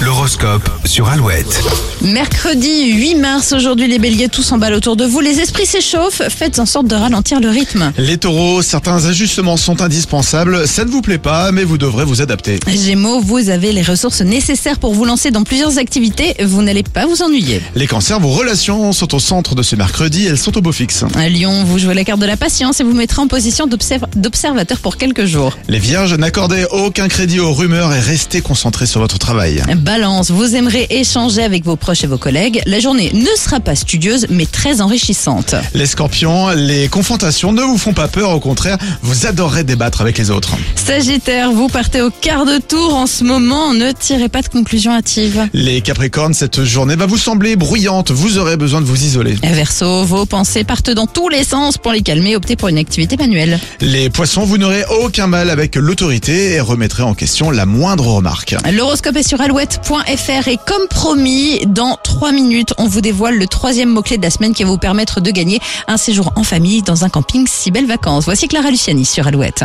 L'horoscope sur Alouette. Mercredi 8 mars, aujourd'hui les béliers tous s'emballent autour de vous, les esprits s'échauffent, faites en sorte de ralentir le rythme. Les taureaux, certains ajustements sont indispensables. Ça ne vous plaît pas, mais vous devrez vous adapter. Gémeaux, vous avez les ressources nécessaires pour vous lancer dans plusieurs activités, vous n'allez pas vous ennuyer. Les cancers, vos relations sont au centre de ce mercredi. Elles sont au beau fixe. À Lyon, vous jouez la carte de la patience et vous mettrez en position d'observ- d'observateur pour quelques jours. Les vierges, n'accordez aucun crédit aux rumeurs et restez concentrés sur votre travail. Balance, vous aimerez échanger avec vos proches et vos collègues, la journée ne sera pas studieuse mais très enrichissante. Les scorpions, les confrontations ne vous font pas peur. Au contraire, vous adorerez débattre avec les autres. Sagittaire, vous partez au quart de tour en ce moment, ne tirez pas de conclusions hâtives. Les capricornes, cette journée va vous sembler bruyante. Vous aurez besoin de vous isoler. Verso, vos pensées partent dans tous les sens pour les calmer, optez pour une activité manuelle. Les poissons, vous n'aurez aucun mal avec l'autorité et remettrez en question la moindre remarque. L'horoscope est sur alouette.fr et comme promis, dans 3 minutes, on vous dévoile le troisième mot-clé de la semaine qui va vous permettre de gagner un séjour en famille dans un camping si belles vacances. Voici Clara Luciani sur Alouette.